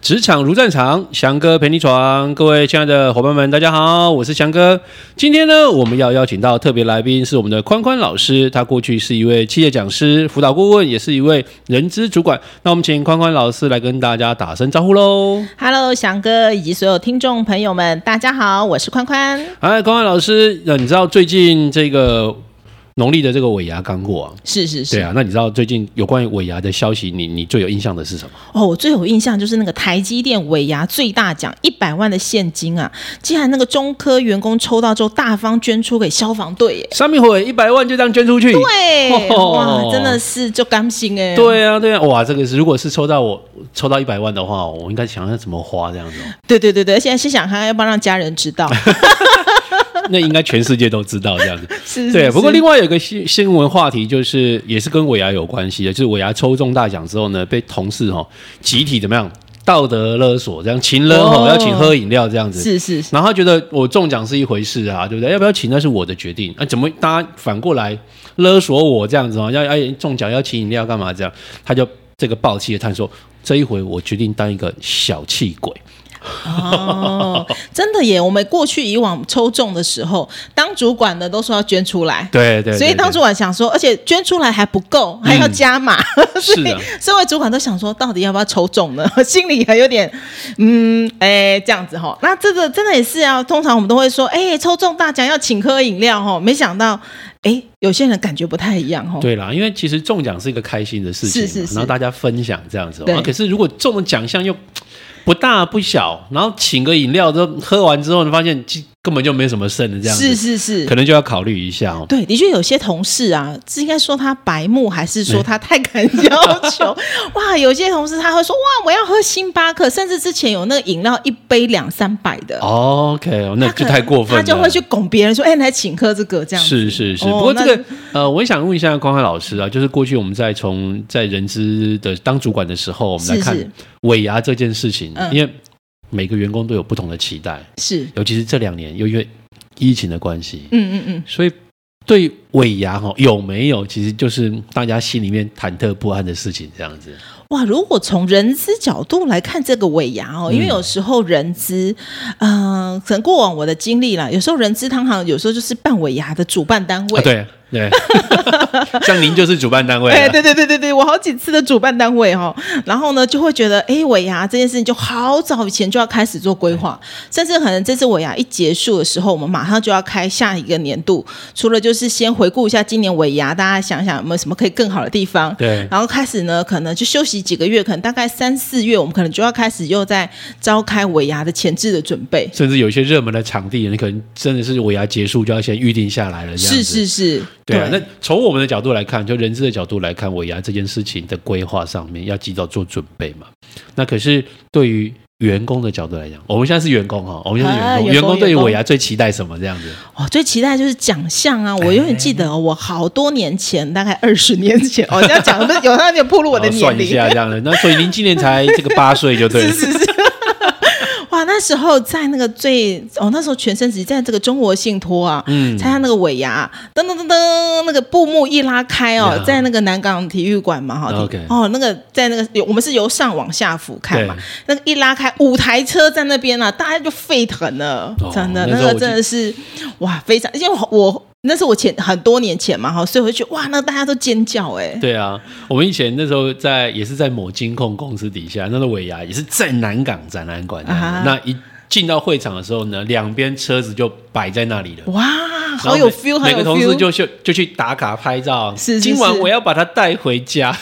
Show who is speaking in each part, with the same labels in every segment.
Speaker 1: 职场如战场，翔哥陪你闯。各位亲爱的伙伴们，大家好，我是翔哥。今天呢，我们要邀请到特别来宾是我们的宽宽老师，他过去是一位企业讲师、辅导顾问，也是一位人资主管。那我们请宽宽老师来跟大家打声招呼喽。
Speaker 2: Hello，翔哥以及所有听众朋友们，大家好，我是宽宽。
Speaker 1: 哎，宽宽老师，那你知道最近这个农历的这个尾牙刚过啊？
Speaker 2: 是是是，
Speaker 1: 对啊，那你知道最近有关于尾牙的消息，你你最有印象的是什么？
Speaker 2: 哦，我最有印象就是那个台积电尾牙最大奖一百万的现金啊，竟然那个中科员工抽到之后大方捐出给消防队耶！
Speaker 1: 三明火一百万就这样捐出去，
Speaker 2: 对，
Speaker 1: 哦
Speaker 2: 哇，真的是就甘心哎。，
Speaker 1: 对啊，对啊，哇，这个是如果是抽到我抽到一百万的话，我应该想要怎么花这样子哦，
Speaker 2: 对对对对，而且是想看要不要让家人知 道。
Speaker 1: 那应该全世界都知道这样子。
Speaker 2: 是是
Speaker 1: 对，
Speaker 2: 是
Speaker 1: 不过另外有个新新闻话题，就是也是跟尾牙有关系的，就是尾牙抽中大奖之后呢，被同事哈、哦、集体怎么样道德勒索，这样请了吼、
Speaker 2: 哦
Speaker 1: 要请喝饮料这样子。
Speaker 2: 是是是，
Speaker 1: 然后他觉得我中奖是一回事啊，对不对？要不要请那是我的决定，啊，怎么大家反过来勒索我这样子哦？要哎中奖要请饮料干嘛这样？他就这个暴气的叹说：“这一回我决定当一个小气鬼。
Speaker 2: 哦，真的耶！我们过去以往抽中的时候，当主管的都说要捐出来，
Speaker 1: 对”对对
Speaker 2: 所以当主管想说，而且捐出来还不够，还要加码，所
Speaker 1: 是
Speaker 2: 以
Speaker 1: 啊
Speaker 2: 身为主管都想说，到底要不要抽中呢？ 心里还有点，嗯，哎，这样子哈。那这个真的也是啊，通常我们都会说，哎，抽中大奖要请喝饮料哈，没想到，哎，有些人感觉不太一样哈。
Speaker 1: 对啦，因为其实中奖是一个开心的事情嘛，啊
Speaker 2: 是是是
Speaker 1: 然后大家分享这样子、哦。
Speaker 2: 对
Speaker 1: 啊可是如果中的奖项又不大不小，然后请个饮料之后喝完之后，你发现其实根本就没什么剩的这样子，
Speaker 2: 是是是
Speaker 1: 可。能就要考虑一下哦。
Speaker 2: 对，的确有些同事啊，是应该说他白目，还 是说他太敢要求？哇，有些同事他会说哇，我要喝星巴克，甚至之前有那个饮料一杯两三百的，
Speaker 1: OK，哦那
Speaker 2: 他可
Speaker 1: 就
Speaker 2: 能
Speaker 1: 太过分了，
Speaker 2: 他就会去拱别人说，哎、你来请喝这个这样子。
Speaker 1: 是是是，
Speaker 2: 哦
Speaker 1: 不过这个呃，我也想问一下光汉老师啊，就是过去我们在从在人资的当主管的时候，我们来
Speaker 2: 是
Speaker 1: 看
Speaker 2: 是
Speaker 1: 尾牙这件事情，
Speaker 2: 嗯
Speaker 1: 因为每个员工都有不同的期待，
Speaker 2: 是，
Speaker 1: 尤其是这两年又因为疫情的关系，
Speaker 2: 嗯嗯嗯，
Speaker 1: 所以对尾牙哈、有没有，其实就是大家心里面忐忑不安的事情，这样子。啊
Speaker 2: 哇，如果从人资角度来看这个尾牙哦，
Speaker 1: 嗯
Speaker 2: 因为有时候人资，嗯、可能过往我的经历啦，有时候人资汤行有时候就是办尾牙的主办单位，
Speaker 1: 啊，对 对，像您就是主办单位啊
Speaker 2: 哎，
Speaker 1: 了，
Speaker 2: 对对对对对，我好几次的主办单位哦，然后呢就会觉得，哎，尾牙这件事情就好早以前就要开始做规划，甚至可能这次尾牙一结束的时候，我们马上就要开下一个年度。除了就是先回顾一下今年尾牙，大家想想有没有什么可以更好的地方，
Speaker 1: 对
Speaker 2: 然后开始呢，可能就休息几个月，可能大概三四月，我们可能就要开始又在召开尾牙的前置的准备。
Speaker 1: 甚至有一些热门的场地，你可能真的是尾牙结束就要先预定下来了，这样子。
Speaker 2: 是是是，
Speaker 1: 对啊，那从我们的角度来看，就人资的角度来看，尾牙这件事情的规划上面要及早做准备嘛。那可是对于员工的角度来讲，我们现在是员工哈，我们现在是员工，
Speaker 2: 啊
Speaker 1: 员
Speaker 2: 员
Speaker 1: 工
Speaker 2: 工
Speaker 1: 对于尾牙最期待什么这样子？
Speaker 2: 哦，最期待就是奖项啊！
Speaker 1: 哎
Speaker 2: 我永远记得哦、我好多年前，大概二十年前，哦，这样讲不是有那点暴露我的
Speaker 1: 然后
Speaker 2: 年
Speaker 1: 算一
Speaker 2: 龄？啊
Speaker 1: 下这样的。那所以您今年才这个八岁就 对了，
Speaker 2: 哇，那时候在那个最哦，那时候全身只在这个中国信托啊，
Speaker 1: 嗯
Speaker 2: 参加那个尾牙，噔噔噔噔，那个布幕一拉开哦，
Speaker 1: Yeah
Speaker 2: 在那个南港体育馆嘛，哈、
Speaker 1: OK
Speaker 2: 哦，那个在那个有我们是由上往下俯瞰嘛
Speaker 1: 对，
Speaker 2: 那个一拉开，五台车在那边啊，大家就沸腾了，
Speaker 1: 哦
Speaker 2: 真的，
Speaker 1: 那
Speaker 2: 那
Speaker 1: 时候我记
Speaker 2: 个真的是哇，非常，因为我我那是我前很多年前嘛，哈，所以我就觉得哇，那大家都尖叫哎、
Speaker 1: 对啊，我们以前那时候在也是在某金控公司底下，那个尾牙也是在南港展览馆这样子、
Speaker 2: 啊哈
Speaker 1: 那一进到会场的时候呢，两边车子就摆在那里了。
Speaker 2: 哇，
Speaker 1: 然
Speaker 2: 好
Speaker 1: 后
Speaker 2: 有
Speaker 1: 每
Speaker 2: feel，好
Speaker 1: 每
Speaker 2: 有
Speaker 1: 个同事
Speaker 2: feel，
Speaker 1: 就去就去打卡拍照。
Speaker 2: 是是
Speaker 1: 今晚
Speaker 2: 是
Speaker 1: 我要把它带回家，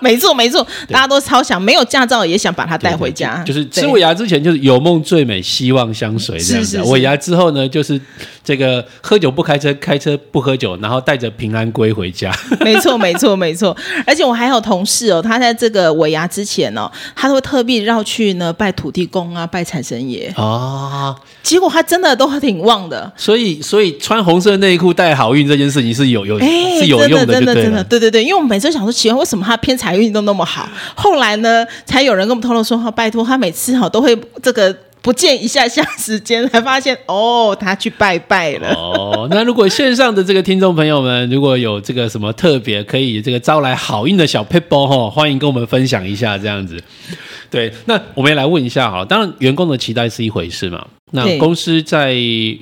Speaker 2: 没错没错，大家都超想，没有驾照也想把它 带回家，
Speaker 1: 就是吃
Speaker 2: 对
Speaker 1: 尾牙之前就是有梦最美，希望相随这样子啊。
Speaker 2: 是是是
Speaker 1: 尾牙之后呢，就是这个喝酒不开车，开车不喝酒，然后带着平安归回家。
Speaker 2: 没错，没错，没错。而且我还有同事哦，他在这个尾牙之前哦，他都会特地绕去呢拜土地公啊，拜财神爷。
Speaker 1: 哦，
Speaker 2: 结果他真的都挺旺的。
Speaker 1: 所以所以穿红色内裤带好运这件事情是有有、
Speaker 2: 哎，
Speaker 1: 是有
Speaker 2: 真
Speaker 1: 用
Speaker 2: 的，真
Speaker 1: 就
Speaker 2: 的，
Speaker 1: 对
Speaker 2: 真
Speaker 1: 了
Speaker 2: 的，。对对对，因为我们每次都想说奇怪，为什么他偏哦财运都那么好？后来呢，才有人跟我们透露说，哈，拜托他每次哈都会这个不见一下下时间，才发现哦，他去拜拜了。
Speaker 1: 哦，那如果线上的这个听众朋友们，如果有这个什么特别可以这个招来好运的小 people 哈，欢迎跟我们分享一下这样子。对，那我们也来问一下哈，当然员工的期待是一回事嘛，那
Speaker 2: 对
Speaker 1: 公司在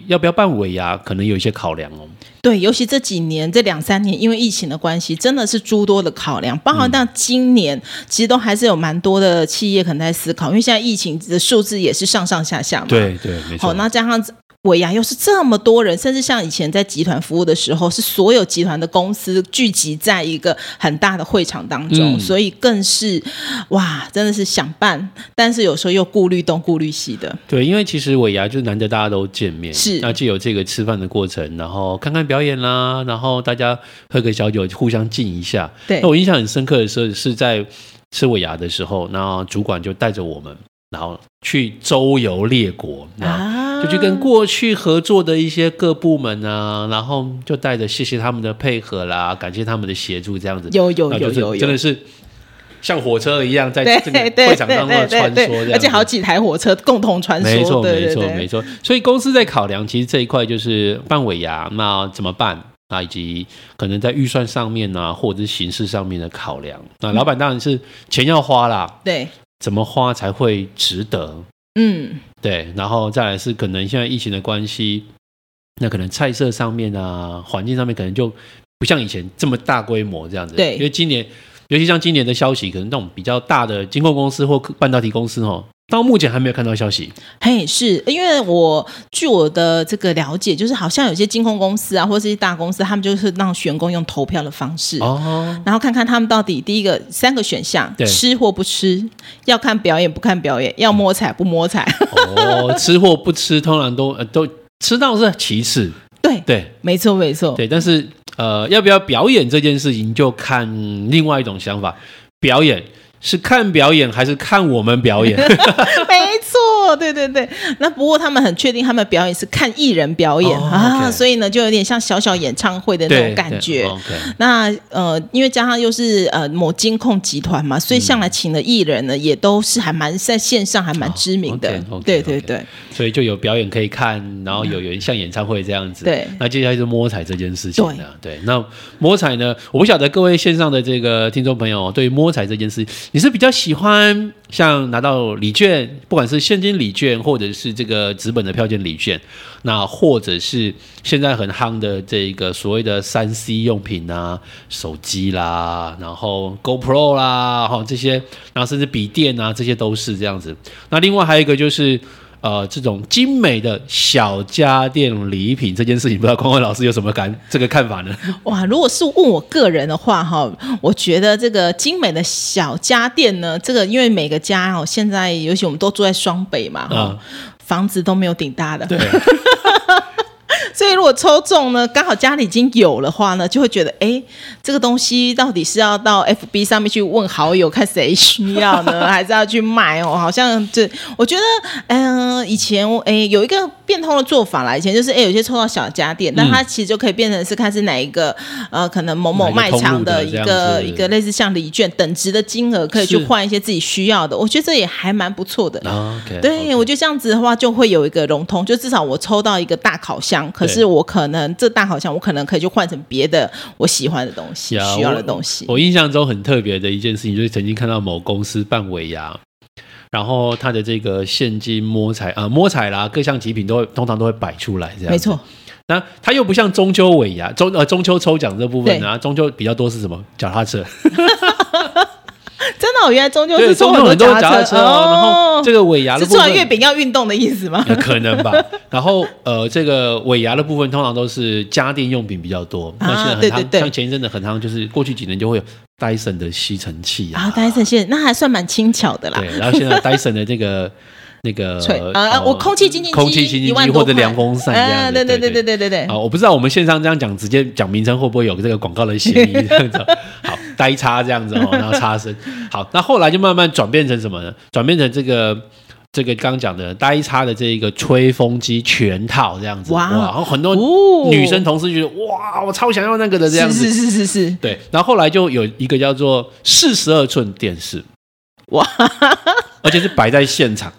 Speaker 1: 要不要办尾牙，可能有一些考量哦。
Speaker 2: 对，尤其这几年这两三年，因为疫情的关系，真的是诸多的考量，包
Speaker 1: 嗯
Speaker 2: 含到今年，其实都还是有蛮多的企业可能在思考，因为现在疫情的数字也是上上下下嘛。，
Speaker 1: 对，没
Speaker 2: 好、那加上。尾牙又是这么多人，甚至像以前在集团服务的时候，是所有集团的公司聚集在一个很大的会场当中，
Speaker 1: 嗯
Speaker 2: 所以更是哇，真的是想办，但是有时候又顾虑东顾虑西的。
Speaker 1: 对，因为其实尾牙就是难得大家都见面，
Speaker 2: 是
Speaker 1: 那借由这个吃饭的过程，然后看看表演啦，然后大家喝个小酒，互相敬一下。
Speaker 2: 对
Speaker 1: 那我印象很深刻的是是在吃尾牙的时候，那主管就带着我们，然后去周游列国啊。
Speaker 2: 啊
Speaker 1: 就去跟过去合作的一些各部门啊，然后就带着谢谢他们的配合啦，感谢他们的协助，这样子，
Speaker 2: 有有
Speaker 1: 那就
Speaker 2: 有
Speaker 1: 是
Speaker 2: 有有
Speaker 1: 真的是像火车一样在
Speaker 2: 对
Speaker 1: 这
Speaker 2: 对
Speaker 1: 个
Speaker 2: 对
Speaker 1: 会场当中
Speaker 2: 对
Speaker 1: 的穿梭，这
Speaker 2: 对对
Speaker 1: 样子
Speaker 2: 而且好几台火车共同穿梭，
Speaker 1: 没错，
Speaker 2: 对
Speaker 1: 没
Speaker 2: 对
Speaker 1: 错，
Speaker 2: 对
Speaker 1: 没错。所以公司在考量，其实这一块就是办尾牙，那怎么办？那以及可能在预算上面啊，或者是形式上面的考量。那老板当然是钱要花啦，
Speaker 2: 对，
Speaker 1: 怎么花才会值得？
Speaker 2: 嗯，
Speaker 1: 对，然后再来是可能现在疫情的关系，那可能菜色上面啊，环境上面可能就不像以前这么大规模这样子。
Speaker 2: 对
Speaker 1: 因为今年，尤其像今年的消息，可能那种比较大的金控公司或半导体公司哦，到目前还没有看到消息。
Speaker 2: 嘿，是因为我据我的这个了解，就是好像有些金控公司啊，或者是一些大公司，他们就是让员工用投票的方式。
Speaker 1: 哦，
Speaker 2: 然后看看他们到底第一个三个选项
Speaker 1: 对
Speaker 2: 吃或不吃，要看表演不看表演，要摸彩不摸彩，
Speaker 1: 哦，吃或不吃，通常都、呃、都吃到是其次，
Speaker 2: 对，
Speaker 1: 对
Speaker 2: 没错没错，
Speaker 1: 对，但是呃，要不要表演这件事情，就看另外一种想法，表演。是看表演还是看我们表 演？
Speaker 2: 没错，对对对。那不过他们很确定，他们表演是看艺人表演、
Speaker 1: 哦
Speaker 2: 啊，
Speaker 1: OK
Speaker 2: 所以呢，就有点像小小演唱会的那
Speaker 1: 对，
Speaker 2: 种感
Speaker 1: 对哦
Speaker 2: 觉。
Speaker 1: OK，
Speaker 2: 那呃，因为加上又是呃某金控集团嘛，所以向来请的艺人呢，也都是还蛮在线上还蛮知名的。
Speaker 1: 哦，OK，OK，OK
Speaker 2: 对对对
Speaker 1: 所以就有表演可以看，然后有有像演唱会这样子。
Speaker 2: 对
Speaker 1: 那接下来就是摸彩这件事情了。对，那摸彩呢，我不晓得各位线上的这个听众朋友对于摸彩这件事，你是比较喜欢像拿到礼券，不管是现金礼券或者是这个纸本的票券礼券，那或者是现在很夯的这个所谓的三 C 用品啊，手机啦，然后 GoPro 啦，哈这些，然后甚至笔电啊，这些都是这样子。那另外还有一个就是。呃，这种精美的小家电礼品这件事情，不知道光辉老师有什么感这个看法呢？
Speaker 2: 哇！如果是问我个人的话，哈，我觉得这个精美的小家电呢，这个因为每个家哦，现在尤其我们都住在双北嘛，哈、
Speaker 1: 啊
Speaker 2: 房子都没有顶大的， 所以如果抽中呢，刚好家里已经有的话呢，就会觉得，哎，这个东西到底是要到 FB 上面去问好友看谁需要 呢，还是要去买哦？好像这，我觉得，嗯、以前我哎有一个变通的做法啦，以前就是哎有些抽到小家电，
Speaker 1: 嗯
Speaker 2: 但它其实就可以变成是看是哪一个呃，可能某某
Speaker 1: 哪一个
Speaker 2: 卖
Speaker 1: 通路
Speaker 2: 场
Speaker 1: 的
Speaker 2: 一
Speaker 1: 这样
Speaker 2: 个
Speaker 1: 子
Speaker 2: 一个类似像礼券等值的金额，可以去
Speaker 1: 是
Speaker 2: 换一些自己需要的，我觉得这也还蛮不错的。
Speaker 1: 啊，OK，
Speaker 2: 对，我觉得这样子的话就会有一个融通，就至少我抽到一个大烤箱，可是我可能这大烤箱我可能可以去换成别的我喜欢的东西、
Speaker 1: 呀
Speaker 2: 需要的
Speaker 1: 我
Speaker 2: 东西。
Speaker 1: 我印象中很特别的一件事情，就是曾经看到某公司办尾牙，然后它的这个现金摸彩啊、呃摸彩啦，各项极品都会通常都会摆出来，这样
Speaker 2: 没错。，
Speaker 1: 那它又不像中秋尾牙、中呃中秋抽奖这部分啊，中秋比较多是什么？脚踏 车，
Speaker 2: 真的、哦，原来终究
Speaker 1: 对，
Speaker 2: 是
Speaker 1: 中
Speaker 2: 抽很
Speaker 1: 秋
Speaker 2: 多
Speaker 1: 很多脚踏
Speaker 2: 踏
Speaker 1: 车哦。然后这
Speaker 2: 个
Speaker 1: 个尾牙的
Speaker 2: 是
Speaker 1: 部
Speaker 2: 做完
Speaker 1: 分，
Speaker 2: 月饼要运动的意思吗？
Speaker 1: 有可能吧。然后呃，这个尾牙的部分通常都是家电用品比较多。那现在很
Speaker 2: 啊对
Speaker 1: 夯，
Speaker 2: 对对
Speaker 1: 像前一阵子很夯，就是过去几年就会有戴森的吸尘器
Speaker 2: 啊，戴森先生，那还算蛮轻巧的啦
Speaker 1: 对。，然后现在戴森的这个那个
Speaker 2: 吹啊、
Speaker 1: 呃
Speaker 2: 我空气清净机，
Speaker 1: 空气清
Speaker 2: 一
Speaker 1: 净
Speaker 2: 万
Speaker 1: 机
Speaker 2: 多
Speaker 1: 或者
Speaker 2: 块
Speaker 1: 凉风扇这样
Speaker 2: 啊
Speaker 1: 子
Speaker 2: 对
Speaker 1: 对
Speaker 2: 对
Speaker 1: 对
Speaker 2: 对对对
Speaker 1: 啊，我不知道我们线上这样讲，直接讲名称会不会有这个广告的嫌 疑？这样子，好，呆插这样子哦，然后插身。好，那后来就慢慢转变成什么呢？转变成这个这个刚刚讲的呆插的这一个吹风机全套这样子。
Speaker 2: 哇
Speaker 1: 哇，然后很多
Speaker 2: 哦
Speaker 1: 女生同事就觉得哇，我超想要那个的这样
Speaker 2: 对，
Speaker 1: 子。
Speaker 2: 是是是是是，
Speaker 1: 对，然后后来就有一个叫做四十二寸电视，
Speaker 2: 哇，
Speaker 1: 而且是摆在现场。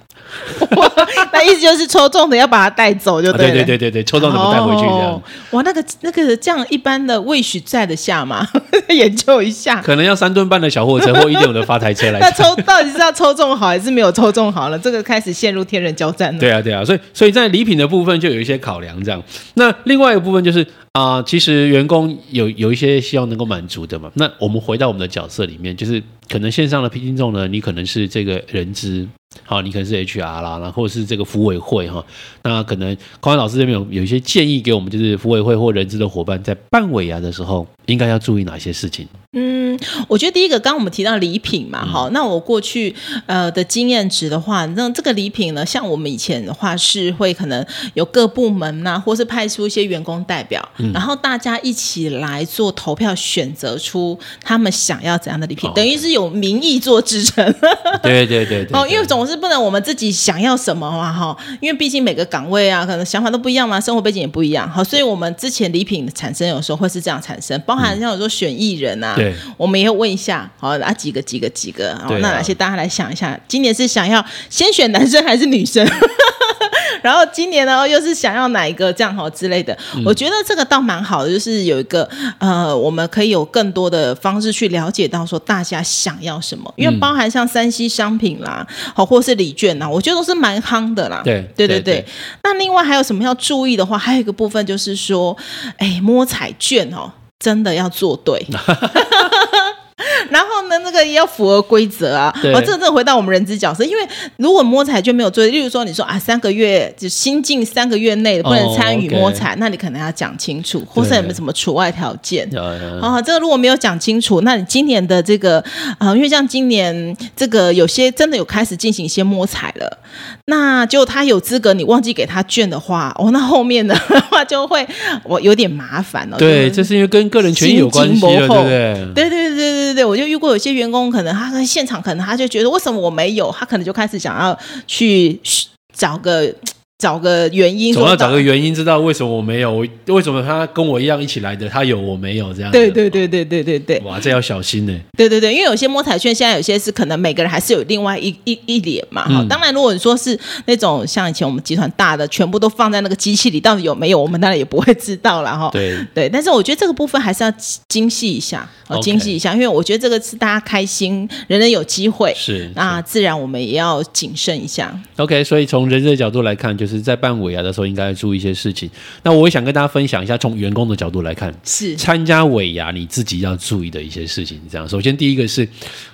Speaker 2: 那意思就是抽中的要把它带走就
Speaker 1: 啊对
Speaker 2: 了。
Speaker 1: 对对对对，抽到怎么带回去这样
Speaker 2: 哦？哇，那个那个这样一般的未许在得下吗？ 研究一下。
Speaker 1: 可能要三吨半的小货车或一点五的发财车来
Speaker 2: 那抽到底是要抽中好还是没有抽中好了？这个开始陷入天人交战了。
Speaker 1: 对啊，对啊，所以所以在礼品的部分就有一些考量，这样。那另外一个部分就是啊、其实员工有有一些希望能够满足的嘛。那我们回到我们的角色里面，就是可能线上的听众呢，你可能是这个人资，好，你可能是 HR 啦，然后是这个服委会哈。那可能高安老师这边有有一些建议给我们，就是服委会或人资的伙伴在办尾牙的时候，应该要注意哪些事情？
Speaker 2: 嗯，我觉得第一个，刚刚我们提到礼品
Speaker 1: 嗯
Speaker 2: 嘛，好，那我过去呃的经验值的话，那这个礼品呢，像我们以前的话是会可能有各部门呐、或是派出一些员工代表，
Speaker 1: 嗯
Speaker 2: 然后大家一起来做投票，选择出他们想要怎样的礼品，
Speaker 1: 哦
Speaker 2: 等于是有民意做支撑。
Speaker 1: 对对对对
Speaker 2: 哦，因为总是不能我们自己想要什么嘛，哈，因为毕竟每个岗位啊，可能想法都不一样嘛，生活背景也不一样，好，所以我们之前礼品的产生有时候会是这样产生，包含像有时候选艺人啊，
Speaker 1: 对
Speaker 2: 我们也会问一下，好啊，几个几个几个，哦
Speaker 1: 对啊，
Speaker 2: 那哪些大家来想一下，今年是想要先选男生还是女生？ 然后今年呢，又是想要哪一个这样好之类的，
Speaker 1: 嗯
Speaker 2: 我觉得这个倒蛮好的，就是有一个呃，我们可以有更多的方式去了解到说大家想要什么，
Speaker 1: 嗯
Speaker 2: 因为包含像三 C 商品啦，好、或是礼券啦，啊我觉得都是蛮夯的啦。
Speaker 1: 对
Speaker 2: 对
Speaker 1: 对
Speaker 2: 对
Speaker 1: 对
Speaker 2: 对。那另外还有什么要注意的话，还有一个部分就是说，哎，摸彩券哦，真的要做对。然后呢，那个也要符合规则啊。
Speaker 1: 对
Speaker 2: 哦，这这回到我们人资角色，因为如果摸彩券没有做，例如说你说啊，三个月就新进三个月内的不能参与
Speaker 1: 哦，OK
Speaker 2: 摸彩，那你可能要讲清楚，或是有没有什么除外条件。
Speaker 1: 呃
Speaker 2: 哦，这个如果没有讲清楚，那你今年的这个，呃，因为像今年这个有些真的有开始进行一些摸彩了，那就他有资格，你忘记给他券的话，哦，那后面的话 就会我有点麻烦哦。
Speaker 1: 对，
Speaker 2: 就是
Speaker 1: 这是因为跟个人权益有关系
Speaker 2: 心
Speaker 1: 的，对
Speaker 2: 情不
Speaker 1: 不
Speaker 2: 厚
Speaker 1: 对？
Speaker 2: 对对对对对对，我就遇过有些员工，可能他在现场，可能他就觉得为什么我没有，他可能就开始想要去找个找个原因，
Speaker 1: 总
Speaker 2: 说
Speaker 1: 要
Speaker 2: 到
Speaker 1: 找个原因，知道为什么我没有，我为什么他跟我一样一起来的，他有我没有这样。
Speaker 2: 对对，对对对对对
Speaker 1: 哇，这要小心呢、
Speaker 2: 对对对，因为有些摸彩券现在有些是可能每个人还是有另外一一一脸嘛，哈、
Speaker 1: 嗯
Speaker 2: 当然，如果你说是那种像以前我们集团大的，全部都放在那个机器里，到底有没有，我们当然也不会知道了哈。
Speaker 1: 对，
Speaker 2: 哦对，但是我觉得这个部分还是要精细一下，哦，
Speaker 1: OK
Speaker 2: 精细一下，因为我觉得这个是大家开心，人人有机会，
Speaker 1: 是
Speaker 2: 那自然我们也要谨慎一下。
Speaker 1: OK，所以从人事的角度来看，就是在办尾牙的时候应该注意一些事情。那我也想跟大家分享一下，从员工的角度来看，
Speaker 2: 是
Speaker 1: 参加尾牙你自己要注意的一些事情。这样，首先第一个是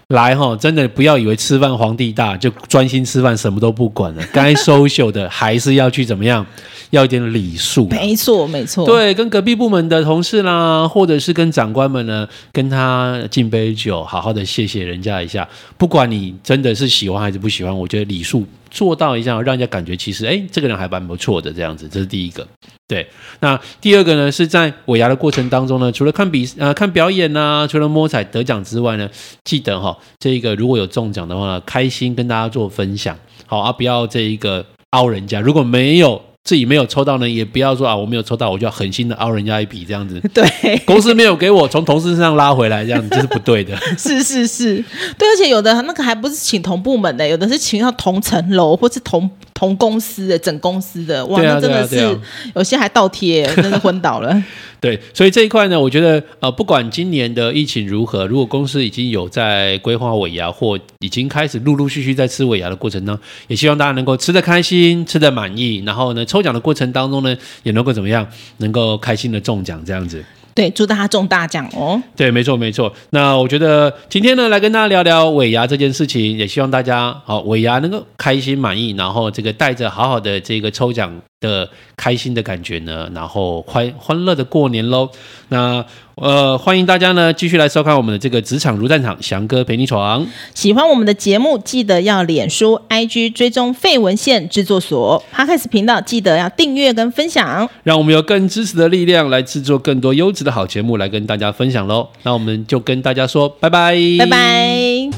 Speaker 1: 来哈，真的不要以为吃饭皇帝大，就专心吃饭，什么都不管了。该 social 的还是要去怎么样，要一点礼数啦。
Speaker 2: 没错，没错，
Speaker 1: 对，跟隔壁部门的同事啦，或者是跟长官们呢，跟他敬杯酒，好好的谢谢人家一下。不管你真的是喜欢还是不喜欢，我觉得礼数做到一下，让人家感觉其实哎，这个人还蛮不错的这样子，这是第一个。对，那第二个呢，是在尾牙的过程当中呢，除了看比呃看表演呐、除了摸彩得奖之外呢，记得哈、这个如果有中奖的话呢，开心跟大家做分享，好啊，不要这一个凹人家，如果没有自己没有抽到呢，也不要说啊我没有抽到，我就要狠心的凹人家一笔这样子，
Speaker 2: 对，
Speaker 1: 公司没有给我从同事身上拉回来这样子，这是不对的。
Speaker 2: 是是是，对，而且有的那个还不是请同部门的，有的是请到同层楼或是同同公司的整公司的，哇，
Speaker 1: 对啊
Speaker 2: 那真的是、
Speaker 1: 对啊对啊
Speaker 2: 有些还倒贴，真的昏倒 了。
Speaker 1: 对，所以这一块呢，我觉得呃，不管今年的疫情如何，如果公司已经有在规划尾牙，或已经开始陆陆续续在吃尾牙的过程呢，也希望大家能够吃得开心，吃得满意，然后呢，抽奖的过程当中呢，也能够怎么样，能够开心的中奖这样子。
Speaker 2: 对，祝大家中大奖哦！
Speaker 1: 对，没错没错。那我觉得今天呢，来跟大家聊聊尾牙这件事情，也希望大家好尾牙能够开心满意，然后这个带着好好的这个抽奖的开心的感觉呢，然后欢欢乐的过年喽。那呃，欢迎大家呢继续来收看我们的这个职场如战场，翔哥陪你闯。
Speaker 2: 喜欢我们的节目，记得要脸书、IG 追踪废文献制作所 Podcast 频道，记得要订阅跟分享。
Speaker 1: 让我们有更支持的力量来制作更多优质的好节目来跟大家分享喽。那我们就跟大家说拜拜，
Speaker 2: 拜拜。